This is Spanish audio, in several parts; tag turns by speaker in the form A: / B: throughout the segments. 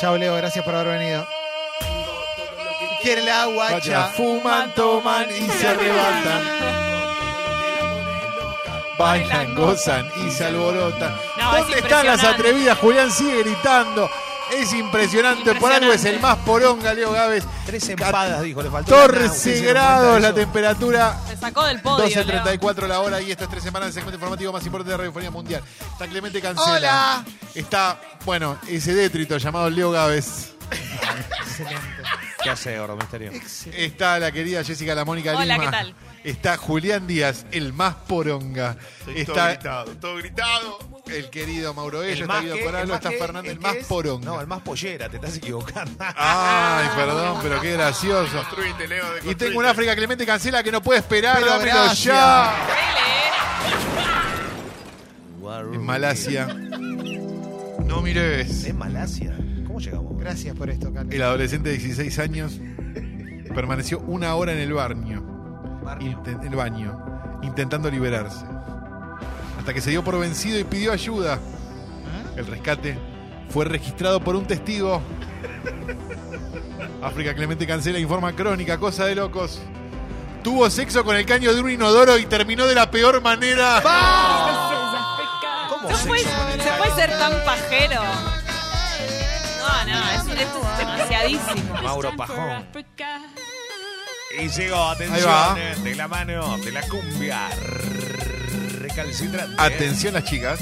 A: Chao, Leo. Gracias por haber venido. Quiere el agua, cha.
B: Fuman, toman y se arrebatan. Bailan, gozan y se alborotan.
C: No, es
B: ¿Dónde están las
C: impresionante.
B: atrevidas? Julián sigue gritando. Es impresionante. Por algo es el más poronga, Leo Gávez.
A: Tres empadas, dijo. Le faltó. una nau,
B: 14
A: que se lo
B: grados
A: cuenta
B: la
A: eso.
B: temperatura.
C: Se sacó del podio. Leo.
B: 12.34 la hora y estas tres semanas el segmento informativo más importante de la radiofonía mundial. Está Clemente Cancela.
A: Hola.
B: Está, bueno, ese détrito llamado Leo Gávez.
D: ¿Qué hace, Gordo Misterio?
B: Está la querida Jessica La Mónica
C: Hola,
B: Lima.
C: ¿qué tal?
B: Está Julián Díaz, el más poronga.
E: Estoy todo
B: Está
E: gritado, todo gritado.
B: el querido Mauro
D: El
B: Bello, está
D: más
B: Guido
D: que- el
B: Coralo,
D: más
B: está
D: que-
B: Fernando,
D: el
B: el
D: que
B: más
D: es-
B: poronga.
D: No, el más pollera, te estás equivocando.
B: Ay, perdón, pero qué gracioso.
E: Construite, Leo.
B: Y
E: deconstruite.
B: tengo un África Clemente Cancela que no puede esperar,
A: Pero
B: dámelo
A: gracias.
B: ya.
C: Increíble, ¿eh?
B: En Malasia. No mires.
D: ¿Es Malasia? ¿Cómo llegamos?
A: Gracias por esto, Carlos.
B: El adolescente de 16 años permaneció una hora en el baño,
D: Barrio.
B: inten- el baño intentando liberarse. Hasta que se dio por vencido y pidió ayuda. El rescate fue registrado por un testigo. África Clemente Cancela informa crónica, cosa de locos. Tuvo sexo con el caño de un inodoro y terminó de la peor manera.
D: ¿Cómo
C: No
D: sexo
C: puede,
D: con el
C: se puede ser tan pajero. No, no, es- esto es demasiadísimo.
D: Mauro Pajón. Y llegó,
B: Ahí
D: atención,
B: va.
D: eh, de la mano de la cumbia rrr, recalcitrante.
B: Atención las chicas.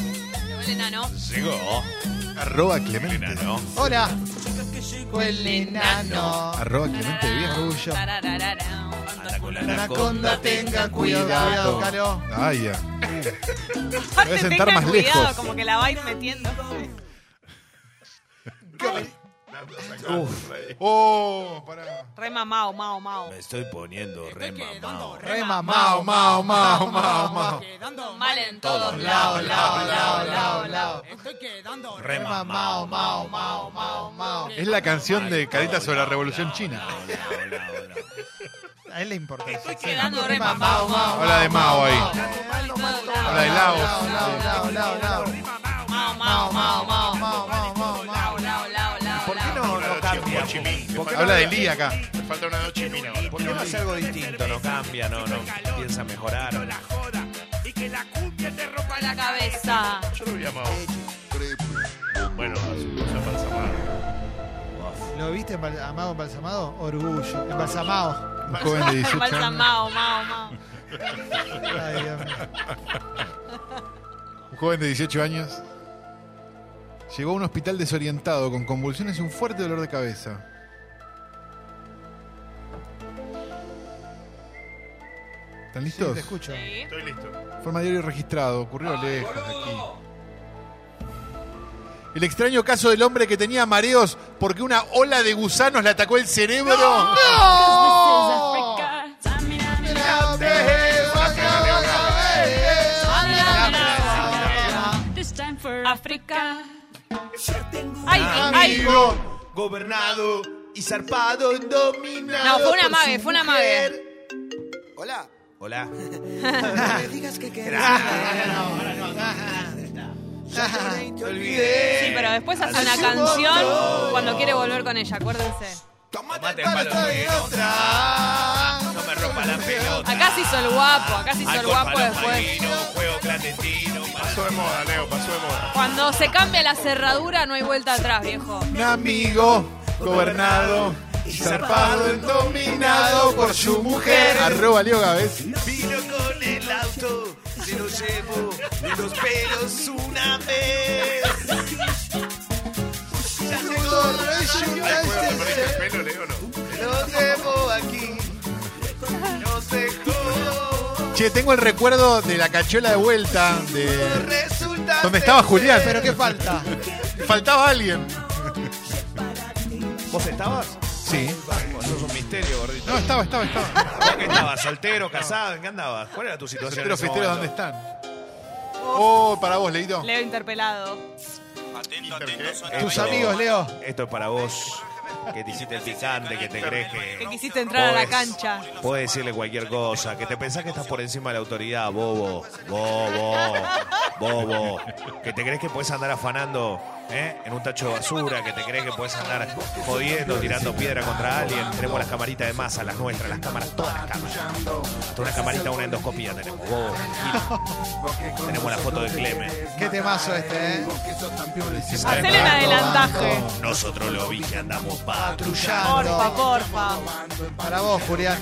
C: El enano.
D: Llegó
B: Arroba
D: el
B: Clemente.
D: enano.
A: Hola. Con el enano.
B: Arroba Clemente Villarrubio.
C: Tarararara.
D: Anda con la
A: Anaconda,
D: anaconda.
A: tenga cuidado, Caro.
B: Ay, Ah, ya.
C: Aparte,
B: Voy a sentar
C: tengan
B: más
C: cuidado,
B: lejos.
C: como que la vais metiendo.
B: Oh, pará.
C: Rema mao, mao, mao.
D: Me estoy poniendo re mamado.
A: Rema,
B: Mao,
A: mao,
B: mao, mao, mao, mao.
C: Mal en todos
A: Lao,
C: lados,
A: lao,
C: lao, lao,
A: lao, lao,
C: lao.
A: lao.
D: Re
A: Rema,
D: mamado.
A: mao, mao, mao, mao, mao.
B: Es la canción de Carita sobre la Revolución China.
A: A él le importa. eso.
C: quedando
A: Sí.
C: re
A: Rema,
C: mamao,
A: mao,
B: Habla de Mao ahí.
C: Mal en todos
B: Habla de
C: lados.
B: Lao.
A: Lao, lao, lao, lao, lao.
C: Mao, mao, mao, mao.
A: Mao, mao, mao, mao.
C: Lao, lao, lao, lao,
D: ¿Por qué
C: lao.
D: no,
E: Una
D: no
E: noche
D: cambia?
E: en Ho Chi Minh.
D: ¿Por qué no-
B: Habla de Lía acá.
E: Me falta una noche mina ahora.
D: ¿Por qué no hace algo distinto? No cambia, no, no. Piensa mejorar.
C: La cabeza.
E: Yo lo había llamado. Bueno, cosa para
A: ¿Lo viste embal- amado embalsamado? Orgullo. Embalsamado.
B: Un joven de 18
C: Falta
B: años.
C: mao, mao, mao.
A: Ay, Dios mío.
B: Un joven de 18 años. Llegó a un hospital desorientado con convulsiones y un fuerte dolor de cabeza. ¿Están
A: Sí,
B: listos?
A: te escucho.
C: Sí.
E: Estoy listo.
B: Forma diario registrado, ocurrió lejos de aquí. El extraño caso del hombre que tenía mareos porque una ola de gusanos le atacó el cerebro.
C: África. Ay, ay.
D: Ah, Amigo, gobernado y zarpado, dominado.
C: No, fue una
D: por
C: mague,
D: su
C: fue una
D: mujer.
F: Hola.
D: Hola.
F: No me digas que quedaste.
D: Te olvidé.
C: Sí, pero después hace una canción cuando quiere volver con ella, acuérdense.
D: Tomate el palo de
F: otra.
D: No me rompa la pelota.
C: Acá se hizo el guapo, acá se hizo el
D: Alcohol
C: guapo
D: para los
C: después.
D: marinos, Juego clandestino.
E: Pasó de moda, Leo, pasó de moda.
C: Cuando se cambia la cerradura no hay vuelta atrás, viejo.
B: Un amigo gobernado y zarpado y dominado por su mujer. Arroba Leo Gávez.
D: Vino con el auto. Se lo llevo de los pelos una vez. Ya llegó
E: ¿Puedo repartir el pelo, Leo, no?
B: Oh.
D: Lo llevo aquí. Nos dejó.
B: Che, tengo el recuerdo de la cachola de vuelta de
D: Resulta.
B: donde estaba Julián.
A: Pero qué falta.
B: faltaba alguien.
D: ¿Vos estabas?
B: Sí.
D: Vos sos un misterio, gordito.
B: No, estaba, estaba, estaba.
D: ¿Vos qué estabas? ¿Soltero, casado? ¿En qué andabas? ¿Cuál era tu
B: Los
D: situación?
B: solteros
D: en ese
B: fiesteros, ¿dónde
D: momento?
B: están? Oh, para vos, Leito.
C: Leo interpelado.
A: Tus
D: Esto-
A: amigos, Leo.
D: Esto es para vos, que te hiciste el picante, que te crees
C: Que
D: que...
C: quisiste entrar a la
D: podés-
C: cancha.
D: Podés decirle cualquier cosa, que te pensás que estás por encima de la autoridad, bobo, bobo, bobo. Que te crees que puedes andar afanando ¿eh? en un tacho de basura que te crees que puedes andar jodiendo, tirando piedra contra alguien. Tenemos las camaritas de masa, las nuestras, las cámaras, todas las cámaras. Hasta una camarita, una endoscopía tenemos. bobo, gil. tenemos la foto de Clemen.
A: Qué temazo este, ¿eh?
C: Hacele un adelantaje.
D: Nosotros lo vi que andamos patrullando.
C: Porfa, porfa.
A: Para vos, Julián.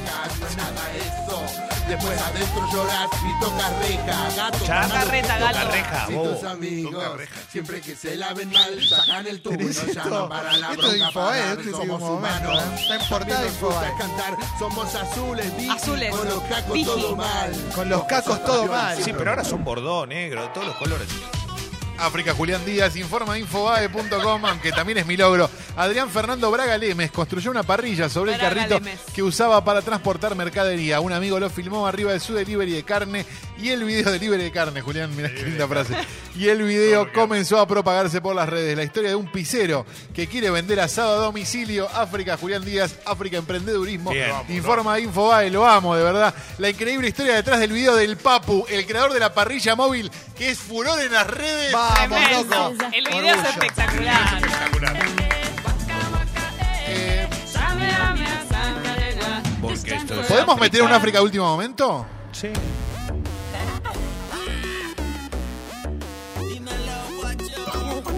G: Después adentro lloras y tocas reja, gato.
D: Escuchá,
G: mamá,
C: Carreta,
D: toca
C: gato.
D: reja,
G: Si
D: bobo.
G: tus amigos
B: Toca reja.
G: siempre que se la ven mal, sacan el tubo y
A: Tenés
G: nos
A: esto.
G: llaman para la
A: Esto es
G: bronca.
A: Infobae,
G: para
A: esto
G: ver
A: es
G: somos
A: un momento,
G: humanos.
A: ¿eh? Está en portada
G: Nos gusta
A: Infobae.
G: cantar, somos azules, Vicky,
C: Azules.
G: Con los cacos
C: Vicky.
G: todo mal.
A: Con los cacos todo mal.
D: Sí, pero ahora son bordó, negro, de todos los colores.
B: África Julián Díaz, informa infobae.com, aunque también es mi logro. Adrián Fernando Braga Lemes construyó una parrilla sobre el
C: Braga
B: carrito
C: Lemes.
B: que usaba para transportar mercadería. Un amigo lo filmó arriba de su delivery de carne y el video delivery de carne, Julián, mirá qué linda frase. Y el video comenzó a propagarse por las redes. La historia de un pisero que quiere vender asado a domicilio. África Julián Díaz, África Emprendedurismo.
D: Bien.
B: Informa Infobae, lo amo, de verdad. La increíble historia detrás del video del Papu, el creador de la parrilla móvil, que es furor en las redes.
A: Vamos,
C: Tremendo.
A: loco.
C: El video
A: Orgullo.
C: es espectacular.
E: Espectacular.
B: Eh,
D: Porque esto es
B: ¿Podemos meter un África de último momento?
D: Sí.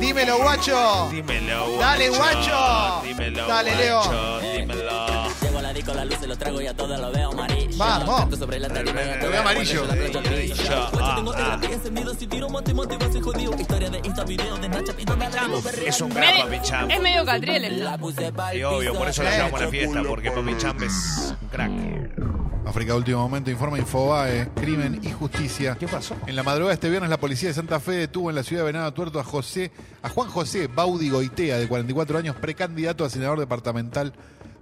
A: Dímelo, guacho.
D: Dímelo, guacho.
A: Dale, guacho.
D: Dímelo,
A: Dale,
D: guacho, Dímelo.
H: Llego a la disco, la luz se los trago y a todos los veo amarillo.
A: Vamos.
H: Canto sobre la tarima y a todos
B: veo amarillo.
H: los veo amarillo.
D: Ah,
H: Guacho, tengo el
D: ah.
H: rap encendido, si tiro monte, monte, vos soy jodido. Historia de Insta, video de Nacha, pinto me la
D: ah. Uf, es un gran
C: Medio-
D: papi champ.
C: Es medio Catriel esto.
H: La puse pa'l
D: Y obvio, por eso
H: piso.
D: la llevamos a la fiesta, porque papi champ es un crack.
B: África de último momento, informa Infobae, crimen y justicia.
D: ¿Qué pasó?
B: En la madrugada de este viernes, la policía de Santa Fe detuvo en la ciudad de Venado Tuerto a José, a Juan José Baudi Goitea, de 44 años, precandidato a senador departamental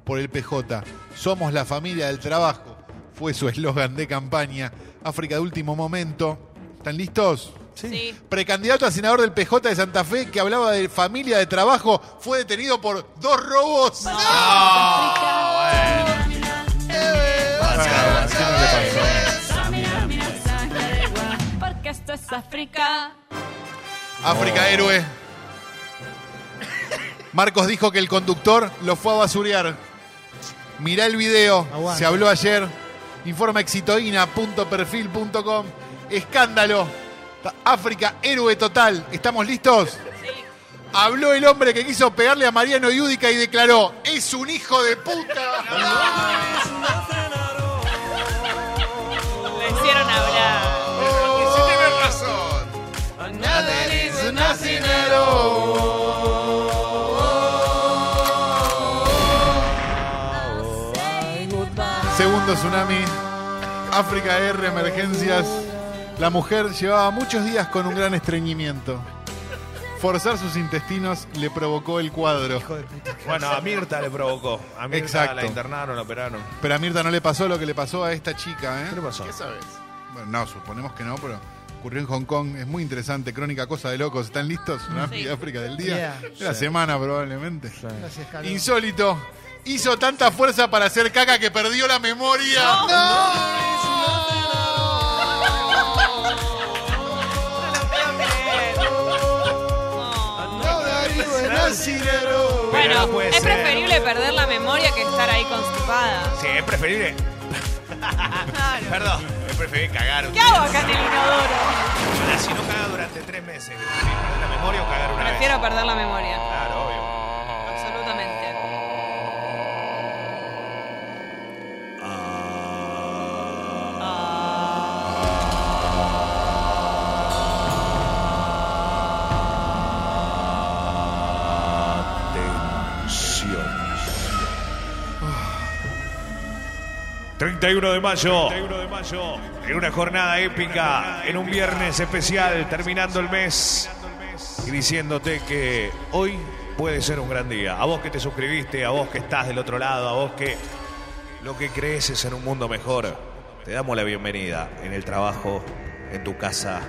B: por el PJ. Somos la familia del trabajo, fue su eslogan de campaña. África de último momento. ¿Están listos?
C: Sí.
B: Precandidato a senador del PJ de Santa Fe, que hablaba de familia de trabajo, fue detenido por dos robos.
D: Ah,
C: Porque esto es África.
B: África héroe. Marcos dijo que el conductor lo fue a basurear. Mirá el video,
A: Aguante.
B: se habló ayer. Informa exitoína.perfil.com. Escándalo. Ta- África héroe total. ¿Estamos listos? Habló el hombre que quiso pegarle a Mariano Yudica y declaró, es un hijo de puta.
C: Lo hicieron hablar.
E: Sí, tienes razón.
B: Segundo tsunami. África R, emergencias. La mujer llevaba muchos días con un gran estreñimiento. Forzar sus intestinos le provocó el cuadro.
D: Bueno, a Mirta le provocó. A Mirta
B: Exacto.
D: la internaron, la operaron.
B: Pero a Mirta no le pasó lo que le pasó a esta chica,
D: ¿Qué le
B: ¿eh?
D: pasó?
B: Bueno, no, suponemos que no, pero ocurrió en Hong Kong. Es muy interesante. Crónica Cosa de Locos. ¿Están listos? Tsunami
C: Sí.
B: de África del día.
A: Yeah.
B: De la semana probablemente.
A: Gracias, Carlos.
B: Insólito. Hizo tanta fuerza para hacer caca que perdió la memoria.
D: Pero no
C: Oh. Bueno,
D: puede
C: es
D: ser.
C: preferible perder la memoria que estar ahí constipada.
D: Sí, es preferible. Perdón, es preferible cagar un
C: ¿Qué hago acá en el inodoro?
D: día. Si no cagas durante tres meses, que te pierdas la memoria o cagar una vez.
C: Prefiero perder la memoria.
D: Claro, obvio.
C: Absolutamente. Ah.
E: Tensión.
D: 31 de mayo. En una jornada épica, en un viernes especial, terminando el mes y diciéndote que hoy puede ser un gran día. A vos que te suscribiste, a vos que estás del otro lado, a vos que lo que crees es en un mundo mejor, te damos la bienvenida en el trabajo, en tu casa,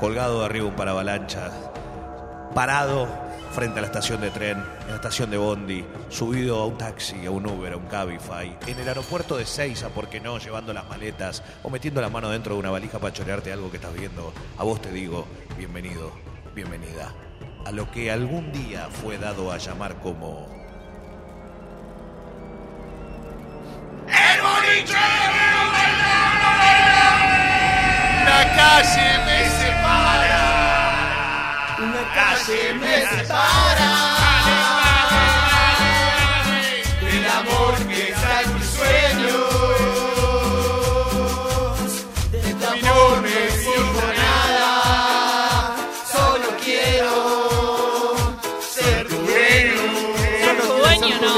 D: colgado de arriba un paravalanchas, parado frente a la estación de tren, en la estación de Bondi, subido a un taxi, a un Uber, a un Cabify, en el aeropuerto de Seiza, ¿por qué no? Llevando las maletas o metiendo la mano dentro de una valija para chorearte algo que estás viendo. A vos te digo, bienvenido, bienvenida a lo que algún día fue dado a llamar como...
E: La calle me separa.
G: Una
E: calle me El amor que está en mis sueños. Y no me siento nada. Solo quiero ser tu dueño.
C: Dueño no, no.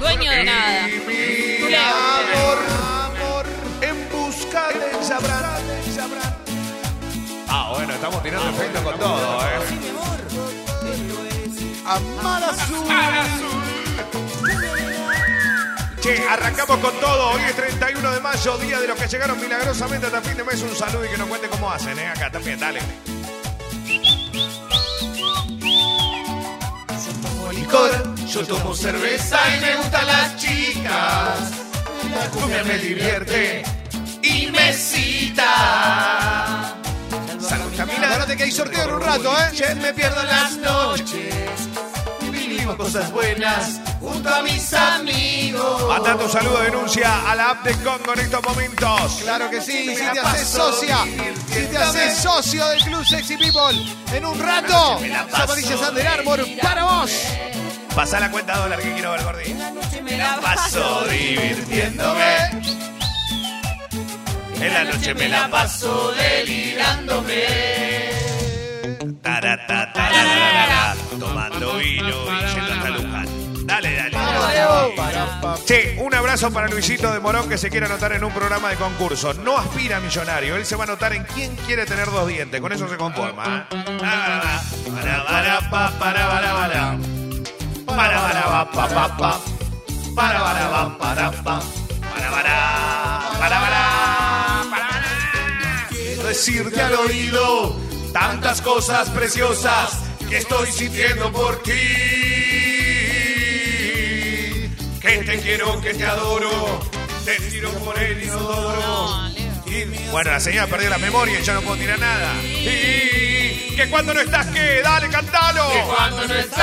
C: Dueño de nada. Tuleo.
D: En busca de Sabrán. Ah, bueno, estamos tirando efecto con todo, ¿eh?
G: Amar azul.
D: Che, arrancamos con todo. Hoy es 31 de mayo, día de los que llegaron milagrosamente hasta fin de mes. Un saludo y que nos cuente cómo hacen, ¿eh? Acá también, dale.
E: licor, yo tomo cerveza y me gustan las chicas. La cumbia me divierte y me cita. Salgo a caminar,
A: Acordate que hay sorteo en un rato, ¿eh?
E: noches, me pierdo las noches. Y vivimos cosas buenas junto a mis amigos.
D: Manda tu saludo, denuncia a la app de Congo en estos momentos.
A: Claro que sí,
E: Me
A: si
E: la
A: te haces
E: paso
A: socia, si te haces socio del Club Sexy People, en un rato,
E: Me la paso
A: zapatillas Under Armour para vos.
D: Pasá la cuenta dólar que quiero ver, Gordi.
C: Me la
E: Paso divirtiéndome. En la noche me la paso delirándome.
D: Tará, tá, tará, tará, tará, Tomando vino y yendo hasta Luján. Dale, dale. Che, un abrazo para Luisito de Morón que se quiere anotar en un programa de concurso. No aspira a millonario, él se va a anotar en quién quiere tener dos dientes. Con eso se conforma. ¿eh? Ah,
E: Para, para, pa, para, para, para. Para, para, pa, pa, pa, pa. Para, para, pa, para, pa.
D: Para, para, para, para, para, para.
E: Decirte al oído tantas cosas preciosas que estoy sintiendo por ti. Que te quiero, que te adoro. Te tiro por el inodoro.
C: No, Leo.
E: Y-
D: Bueno, la señora perdió la memoria y ya no puedo tirar nada. Y que cuando no estás, ¿qué? Dale, cantalo.
E: Que cuando no estás,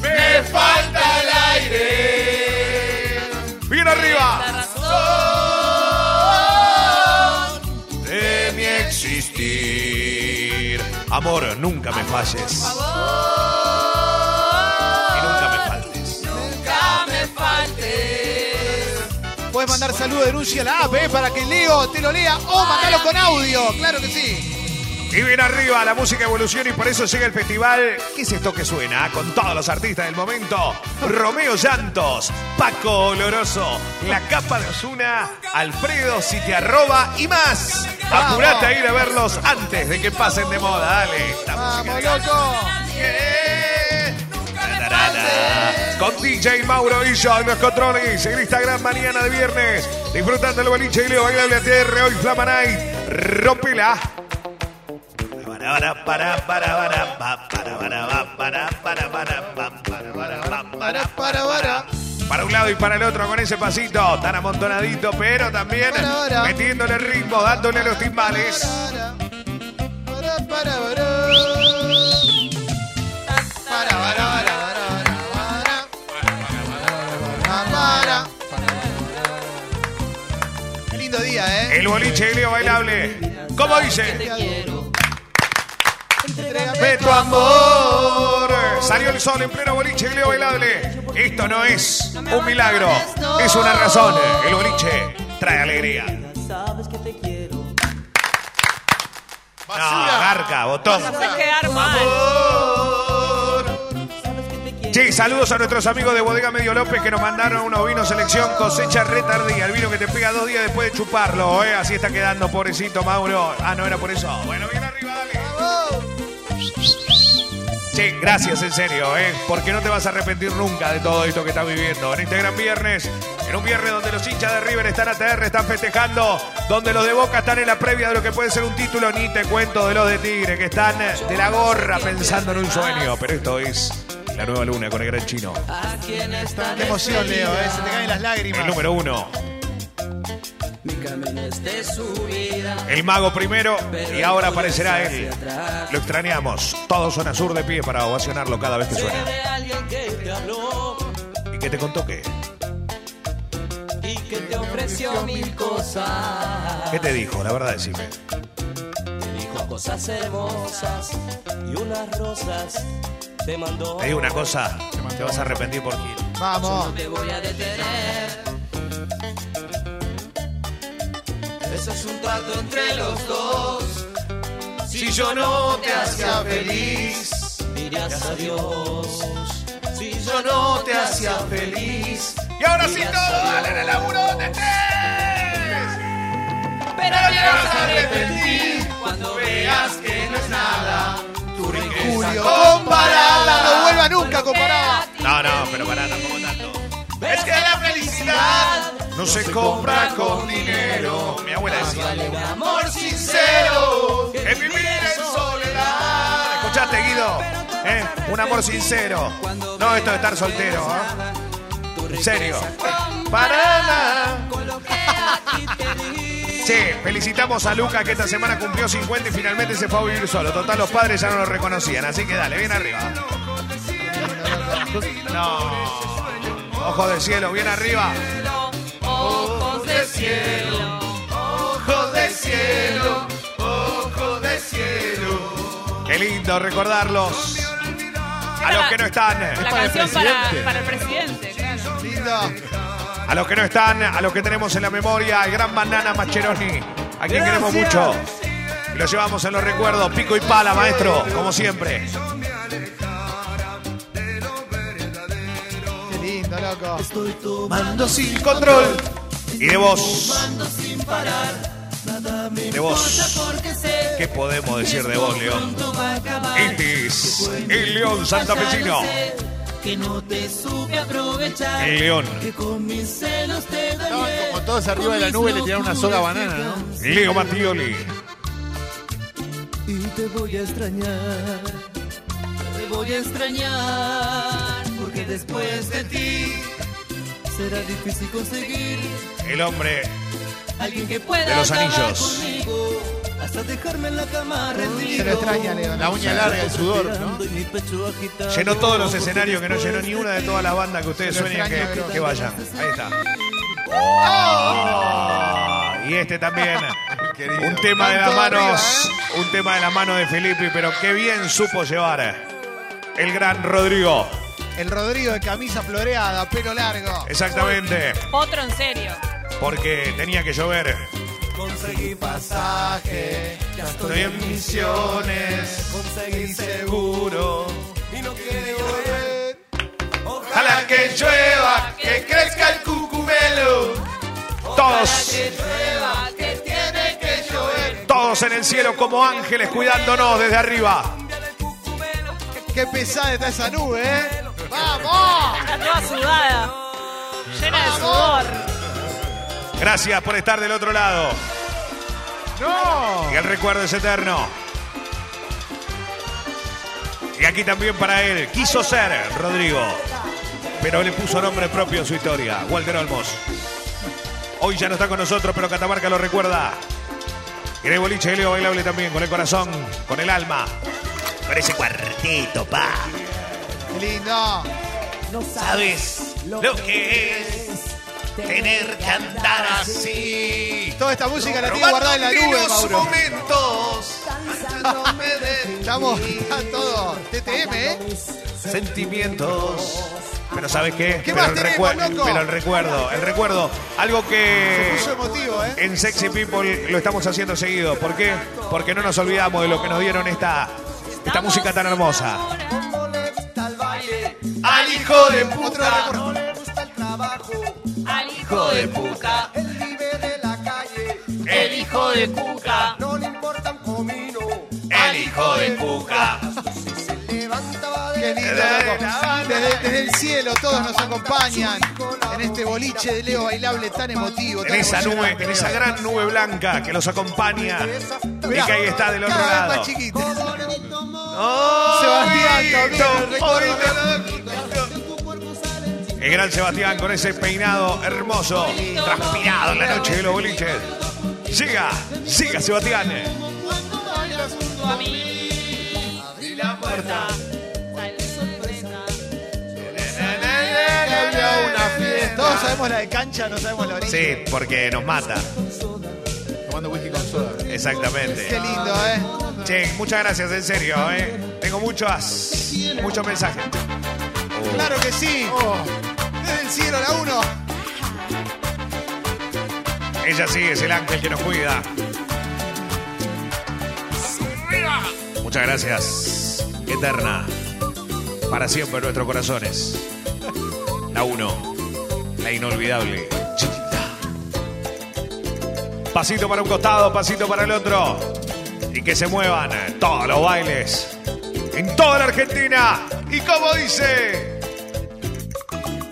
E: me falta el aire.
D: Bien arriba.
C: La razón.
E: De mi existir.
D: Amor, nunca me falles.
C: Por
D: Y
C: favor.
D: nunca me faltes.
C: Nunca me faltes.
A: Puedes mandar saludo, denuncia a la app, ¿eh? Para que Leo te lo lea o mandalo con audio. Claro que sí.
D: Y bien arriba, la música evoluciona y por eso llega el festival. ¿Qué es esto que suena? Con todos los artistas del momento: Romeo Llantos, Paco Oloroso, La Capa de Osuna, Alfredo Si Te Arroba y más. Apurate a ir a verlos antes de que pasen de moda. Dale, esta música
A: Vamos,
D: de-
A: loco.
D: Con DJ Mauro Illa en los controles en Instagram mañana de viernes. Disfrutando el boliche y Leo Bailable ATR hoy Flama Night. Rompela.
A: Para, para, para.
D: Para un lado y para el otro con ese pasito tan amontonadito, pero también
A: Para, para.
D: metiéndole ritmo, dándole a los timbales.
A: Para, para, para. Para, para, para, para, para. Para, para. Qué lindo día, ¿eh?
D: El boliche de Leo Bailable. ¿Cómo dice?
A: Entrégame
D: de tu amor. Salió el sol en pleno boliche Leo Bailable. Esto no es un milagro, es una razón. El boliche trae alegría. No, garca, botón.
C: Vas a quedar mal.
D: Che, saludos a nuestros amigos de Bodega Medio López que nos mandaron unos vinos selección cosecha retardía. El vino que te pega dos días después de chuparlo, ¿eh? Así está quedando, pobrecito Mauro. Ah, no era por eso. Bueno, bien arriba, dale. Che, gracias, en serio, ¿eh? Porque no te vas a arrepentir nunca de todo esto que estás viviendo. En este gran viernes, en un viernes donde los hinchas de River están ATR, están festejando, donde los de Boca están en la previa de lo que puede ser un título, ni te cuento de los de Tigre, que están de la gorra pensando en un sueño. Pero esto es la nueva luna con el gran chino.
A: Qué emoción, Leo, ¿eh? Se te caen las
D: El
A: lágrimas.
D: número uno.
H: años de su vida.
D: El mago primero y ahora aparecerá él. Lo extrañamos. Todo zona sur de pie para ovacionarlo cada vez que suena.
H: De alguien que te habló
D: ¿Y qué te contó qué?
H: y que te ofreció mil cosas.
D: ¿Qué te dijo? La verdad, decime.
H: Te dijo cosas hermosas y unas rosas. Te mandó.
D: Te digo una cosa. Te vas a arrepentir por Gil.
A: Vamos.
H: Te voy a detener.
E: Eso es un trato entre los dos. Si yo no te hacía feliz,
H: Dirás adiós.
E: si yo no te hacía feliz.
D: Y ahora sí, todo dale en el laburo de tres.
C: Pero te vas a
E: arrepentir cuando veas que no es nada tu riqueza
A: Julio.
E: comparada.
A: No vuelva nunca comparada.
C: arrepentir.
D: No, no, pero pará, tampoco tanto.
E: Es que la felicidad
D: No se
E: compra
D: compra
E: con dinero.
D: Mi abuela decía.
E: Un amor sincero es vivir en soledad.
D: Escuchaste, Guido. ¿Eh? Un amor sincero. No esto de estar soltero. ¿eh? En serio. Parada. Sí, felicitamos a Luca que esta semana cumplió 50 y finalmente se fue a vivir solo. Total, los padres ya no lo reconocían, así que dale, bien arriba. No. Ojos de cielo, bien arriba.
C: Ojos de cielo.
E: Ojos de cielo, ojos de cielo.
D: Qué lindo recordarlos. A los que no
C: La
D: están,
C: canción para, para el presidente, claro.
D: a los que no están, a los que tenemos en la memoria, al gran banana Mascheroni, a quien queremos mucho. Y lo llevamos en los recuerdos, pico y pala, maestro, como siempre.
A: Qué lindo, loco.
E: Mando sin control.
D: Y de vos. De vos. ¿Qué podemos decir de vos, León? Itis, el León santafesino.
H: Que no te supe aprovechar.
D: El León,
H: Que con mis celos te
B: Estaban
H: dañé.
B: como todos arriba de la nube y le tiraron una soga banana, ¿no?
D: Leo Mattioli.
H: Y te voy a extrañar. Te voy a extrañar. Porque después de ti será difícil conseguir
D: El hombre
H: alguien que pueda.
D: De los
H: acabar
D: anillos.
H: conmigo, hasta dejarme en la cama rendido.
A: Se lo extraña, Leo.
B: La uña larga, el sudor, ¿no?
H: Respirando y mi pecho agitado.
D: llenó todos los escenarios que no llenó ni una de todas las bandas que ustedes
A: Se lo
D: sueñen que,
A: extraña, pero-
D: que vayan. Ahí está. Oh, y este también.
B: Querido.
D: Un tema de las
A: Tanto arriba,
D: manos. Un tema de las manos de Felipe, pero qué bien supo llevar el gran Rodrigo.
A: El Rodrigo de camisa floreada, pelo largo.
D: Exactamente.
C: Otro en serio.
D: Porque tenía que llover.
E: Conseguí pasaje, ya estoy en misiones. Conseguí seguro y no quiero volver. Ojalá que llueva, que crezca el cucumelo.
D: Todos,
E: Que tiene que llover.
D: todos en el cielo como ángeles cuidándonos desde arriba.
A: Qué pesada está esa nube, ¿eh? ¡Vamos!
C: Está toda sudada. Llena de sudor.
D: Gracias por estar del otro lado.
A: ¡No!
D: Y el recuerdo es eterno. Y aquí también para él. Quiso ser Rodrigo. Pero le puso nombre propio en su historia. Walter Olmos. Hoy ya no está con nosotros, pero Catamarca lo recuerda. Y de boliche Leo bailable también, con el corazón, con el alma. Con ese cuartito, pa.
A: Qué lindo!
E: ¿Sabes lo que es tener que andar así?
A: Toda esta música la tiene guardada en la nube, Mauro.
E: momentos.
A: Estamos a todo TTM, ¿eh?
D: Sentimientos. Pero ¿sabes qué?
A: ¿Qué
D: pero,
A: más
D: el
A: tenemos,
D: recuer-
A: loco?
D: pero el recuerdo, el recuerdo. Algo que...
A: Mucho emotivo, ¿eh?
D: En Sexy People lo estamos haciendo seguido. ¿Por qué? Porque no nos olvidamos de lo que nos dieron esta, esta música tan hermosa.
E: Al hijo de
A: Otro
E: puta.
A: recuerdo.
C: Al hijo de puta.
E: El hijo de
C: Puca.
E: El hijo de puca.
A: Qué lindo, loco. Desde, desde el cielo todos nos acompañan en este boliche de Leo bailable tan emotivo.
D: En
A: tan
D: esa nube,
A: emocionante,
D: en esa
A: Leo.
D: gran nube blanca que los acompaña. Y
A: Mirá,
D: que ahí está del otro
A: cada vez más
D: lado.
A: chiquito. Sebastián también, el recuerdo.
D: El gran Sebastián con ese peinado hermoso, transpirado en la noche de los boliches. Llega, llega Sebastián.
F: Cuando bailas junto
C: a mí.
F: Abrí la puerta.
C: Tal sorpresa.
A: Había una fiesta. Todos sabemos la de cancha, no sabemos la orilla.
D: Sí, porque nos mata.
B: Tomando whisky con soda.
A: Qué
D: Exactamente.
A: lindo, ¿eh?
D: Che, muchas gracias, en serio, ¿eh? Tengo muchas, muchos mensajes.
A: Claro que sí. Desde el cielo la uno.
D: Ella sí es el ángel que nos cuida. Muchas gracias. Eterna. Para siempre en nuestros corazones. La uno. La inolvidable. Chiquita. Pasito para un costado, pasito para el otro. Y que se muevan todos los bailes. En toda la Argentina. Y como dice.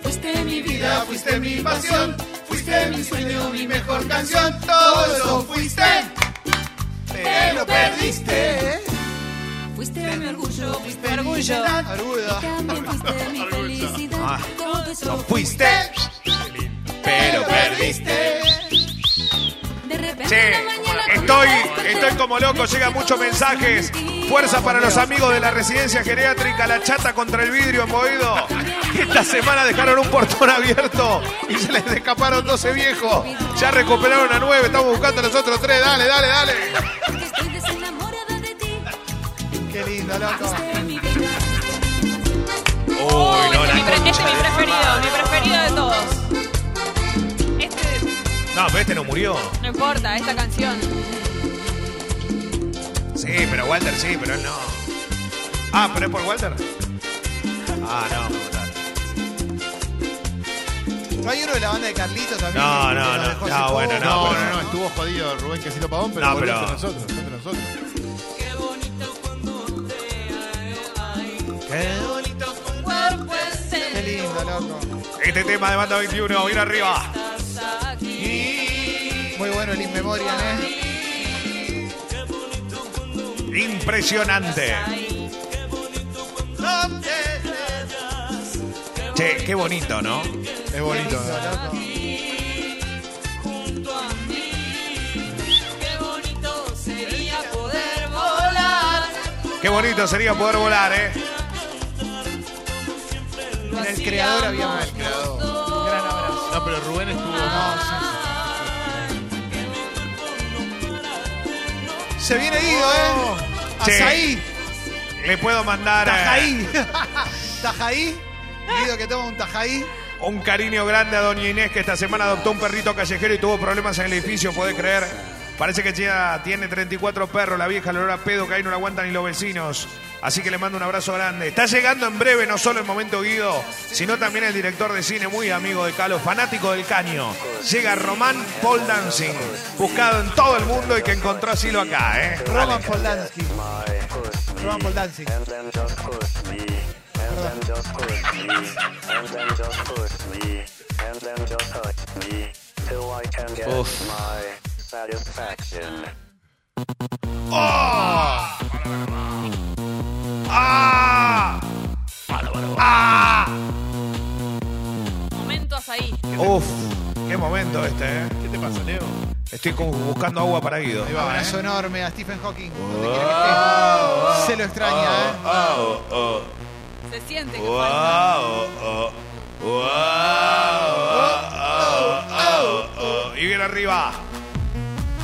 F: Fuiste mi vida, fuiste mi pasión. Fuiste mi sueño, mi mejor canción.
A: Canción,
F: Todo
A: todo
F: eso
A: lo
F: fuiste,
A: Te lo perdiste.
I: Fuiste mi orgullo, fuiste mi
C: Orgullo.
A: Argudo.
I: también fuiste mi felicidad.
D: Ah.
I: Todo eso
D: No fuiste. Pero perdiste.
I: de repente
D: Sí,
I: en la mañana
D: estoy,
I: tú me
D: estoy como loco,
I: desperté,
D: llegan muchos
I: todo es
D: mensajes.
I: mentira.
D: Fuerza para los amigos de la residencia geriátrica La Chata contra el vidrio en Boedo. Esta semana dejaron un portón abierto y se les escaparon 12 viejos. Ya recuperaron a 9, estamos buscando a los otros 3. Dale, dale, dale.
I: Que estoy desenamorada de ti.
A: Qué lindo, loco.
I: Fuiste mi vida.
C: Oh,
D: Uy, no,
C: este,
D: la
C: mi pre- este
D: concha
C: es mi
D: de-
C: preferido, mi preferido de todos. Este,
D: No, pero este no murió.
C: no importa, esta canción.
D: Sí, pero Walter sí, pero él no. Ah, pero es por Walter. Ah, no. claro.
A: ¿No hay uno de la banda de Carlitos también?
D: No, no,
A: que nos
D: no.
A: dejó
D: No,
A: hace
D: bueno,
A: poco?
B: No,
D: pero-
B: no, no, estuvo jodido Rubén Quesito Pavón, pero
D: No,
B: volvió
D: pero-
B: entre nosotros, entre nosotros.
A: Qué lindo, loco.
D: Este tema de banda 21, mira arriba.
A: Muy bueno el In Memoriam, ¿eh?
D: Impresionante. Che, qué bonito, ¿no?
B: Es bonito. ¿no?
A: Loco.
D: Qué bonito sería poder volar, ¿eh?
A: En el creador había más. El creador. Gran abrazo.
B: No, pero Rubén estuvo.
A: Se viene Guido, ¿eh?
D: Oh. Sí.
A: Azaí.
D: Le puedo mandar eh,
A: Tajaí. Tajaí. Guido que toma un tajaí.
D: un cariño grande a Doña Inés que esta semana adoptó un perrito callejero y tuvo problemas en el edificio, ¿podés creer? Parece que ya tiene 34 perros, la vieja olor a pedo que ahí no la aguantan ni los vecinos. Así que le mando un abrazo grande. Está llegando en breve no solo el momento Guido, sino también el director de cine, muy amigo de Calo, fanático del caño. Llega Román Paul Dancing, buscado en todo el mundo y que encontró asilo acá, ¿eh?
A: Roman Polanski. Roman Polanski.
D: ¡Ah! ¡Ah!
C: Momentos ahí.
D: Uf, qué momento este, ¿eh?
B: ¿Qué te pasa, Leo?
D: Estoy como buscando agua para Guido.
A: Un abrazo enorme a Stephen Hawking. donde quiera que esté. Se lo extraña, ¿eh?
D: Oh, oh,
C: Se siente que
D: wow,
C: falta.
D: oh, wow, oh, oh, oh. Y bien arriba.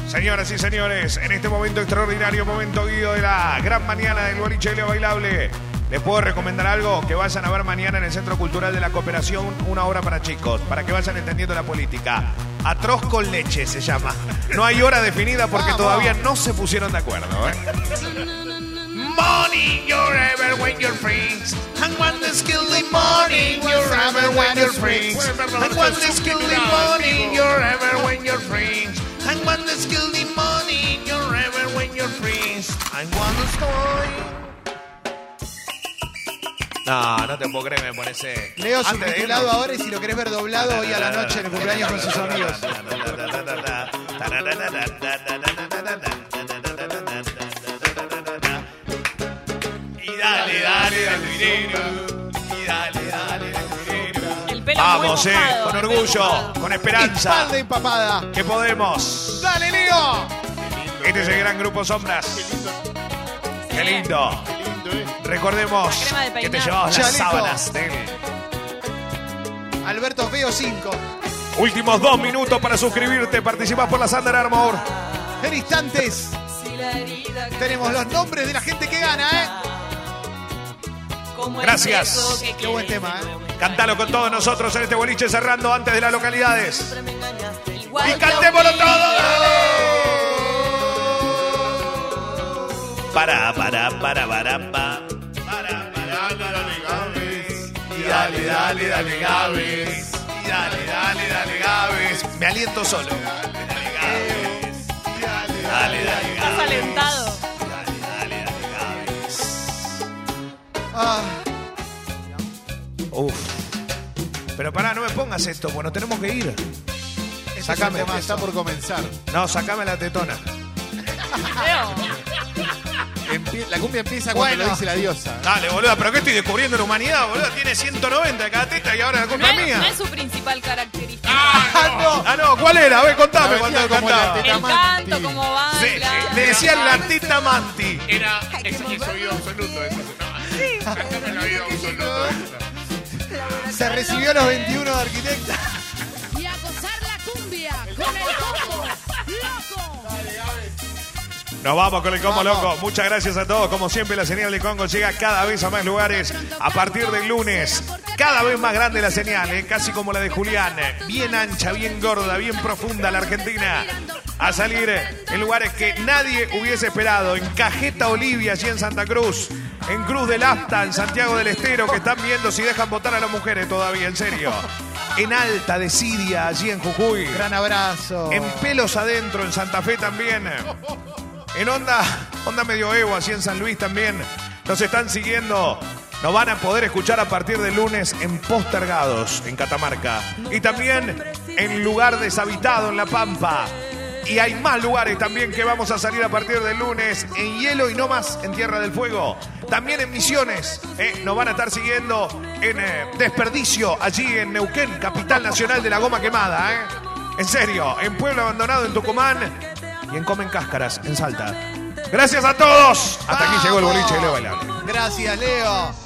D: Señoras y señores, en este momento extraordinario, momento Guido de la gran mañana del boliche Leo Bailable, les puedo recomendar algo que vayan a ver mañana en el Centro Cultural de la Cooperación, una obra para chicos, para que vayan entendiendo la política. Atroz con leche se llama. No hay hora definida porque
A: Vamos.
D: todavía no se pusieron de acuerdo. ¿eh? Money, you're ever when you're free. And when the skilled morning, you're ever when you're free. And when the skilled morning, you're ever when you're free. And when the skilled morning, you're ever when you're free. I wanna story. No, no te puedo creer, me parece.
A: Leo subtitulado ahora y si lo querés ver doblado hoy a la noche en el cumpleaños con sus amigos.
D: Y dale, dale, dale, dinero. Y dale, dale, dale, dinero.
C: El pelo pero
D: Vamos,
C: muy
D: eh,
C: mojado,
D: con
C: muy
D: orgullo,
C: mojado.
D: con esperanza,
A: Espalda empapada.
D: que podemos.
A: ¡Dale, Leo!
D: Este es el gran grupo Sombras. Qué lindo. Recordemos
C: La crema de
D: que te
C: peinar.
D: llevabas las
A: Chaleco.
D: sábanas ¿eh? del
A: Alberto Feo 5.
D: Últimos dos minutos para suscribirte. Participás por la Sander Armor.
A: En instantes
I: Si la herida que
A: tenemos los nombres de la gente que gana, ¿eh?
C: Como el
D: Gracias.
C: beso que
A: Qué buen
C: quieres,
A: tema, ¿eh?
D: Cantalo con todos nosotros en este boliche cerrando antes de las localidades.
C: Igual
D: ¡Y
C: que
D: cantémoslo
C: un
D: todo!
C: día.
D: Para, para, para, para, pa. para.
E: Dale, dale, Gaves. Y dale, dale, dale, Gaves. Y dale, dale, dale, Gaves.
D: Me aliento solo.
E: Dale, dale,
C: Estás alentado.
A: Ah,
D: Uf. Pero pará, no me pongas esto, bueno, tenemos que ir.
A: este es
D: Sácame,
A: un temazo.
B: Está por comenzar.
D: No, sacame la tetona.
A: Ah,
C: Leo,
B: Empie- la cumbia empieza cuando
A: Bueno.
B: lo dice la diosa. ¿eh?
D: Dale, boluda, pero ¿qué estoy descubriendo en humanidad, boluda? Tiene 190 de cada teta y ahora la
C: no
D: culpa es
C: es, no
D: mía.
C: es su principal característica.
D: Ah, no. Ah, no, ¿cuál era? A ver, contame,
B: La
D: cuando
B: venía como
D: cantaba.
B: la teta.
C: el canto,
B: Manti.
C: cómo baila.
D: Sí, le decían la teta manti.
E: Era ese es el oído absoluto. Ese, no, Sacame el oído absoluto.
A: Se recibió a los 21 de arquitecta.
F: Y acosar la cumbia con el combo. ¡Loco!
D: Nos vamos con el Combo
A: Vamos.
D: Loco. Muchas gracias a todos. Como siempre, la señal de Congo llega cada vez a más lugares. A partir del lunes, cada vez más grande la señal, ¿eh? casi como la de Julián. Bien ancha, bien gorda, bien profunda la Argentina. A salir en lugares que nadie hubiese esperado. En Cajeta Olivia, allí en Santa Cruz. En Cruz del Asta, en Santiago del Estero, que están viendo si dejan votar a las mujeres todavía, en serio. En Alta de Siria, allí en Jujuy.
A: Gran abrazo.
D: En pelos adentro, en Santa Fe también. En onda, onda medioevo, así en San Luis también. Nos están siguiendo. Nos van a poder escuchar a partir de lunes en Postergados, en Catamarca. Y también en Lugar Deshabitado, en La Pampa. Y hay más lugares también que vamos a salir a partir de lunes en Hielo y no más en Tierra del Fuego. También en Misiones. eh, nos van a estar siguiendo en eh, Desperdicio, allí en Neuquén, capital nacional de la goma quemada. eh. En serio, en Pueblo Abandonado, en Tucumán y en Comen Cáscaras, en Salta. Gracias a todos. Hasta aquí llegó el boliche de Leo Bailable.
A: Gracias, Leo.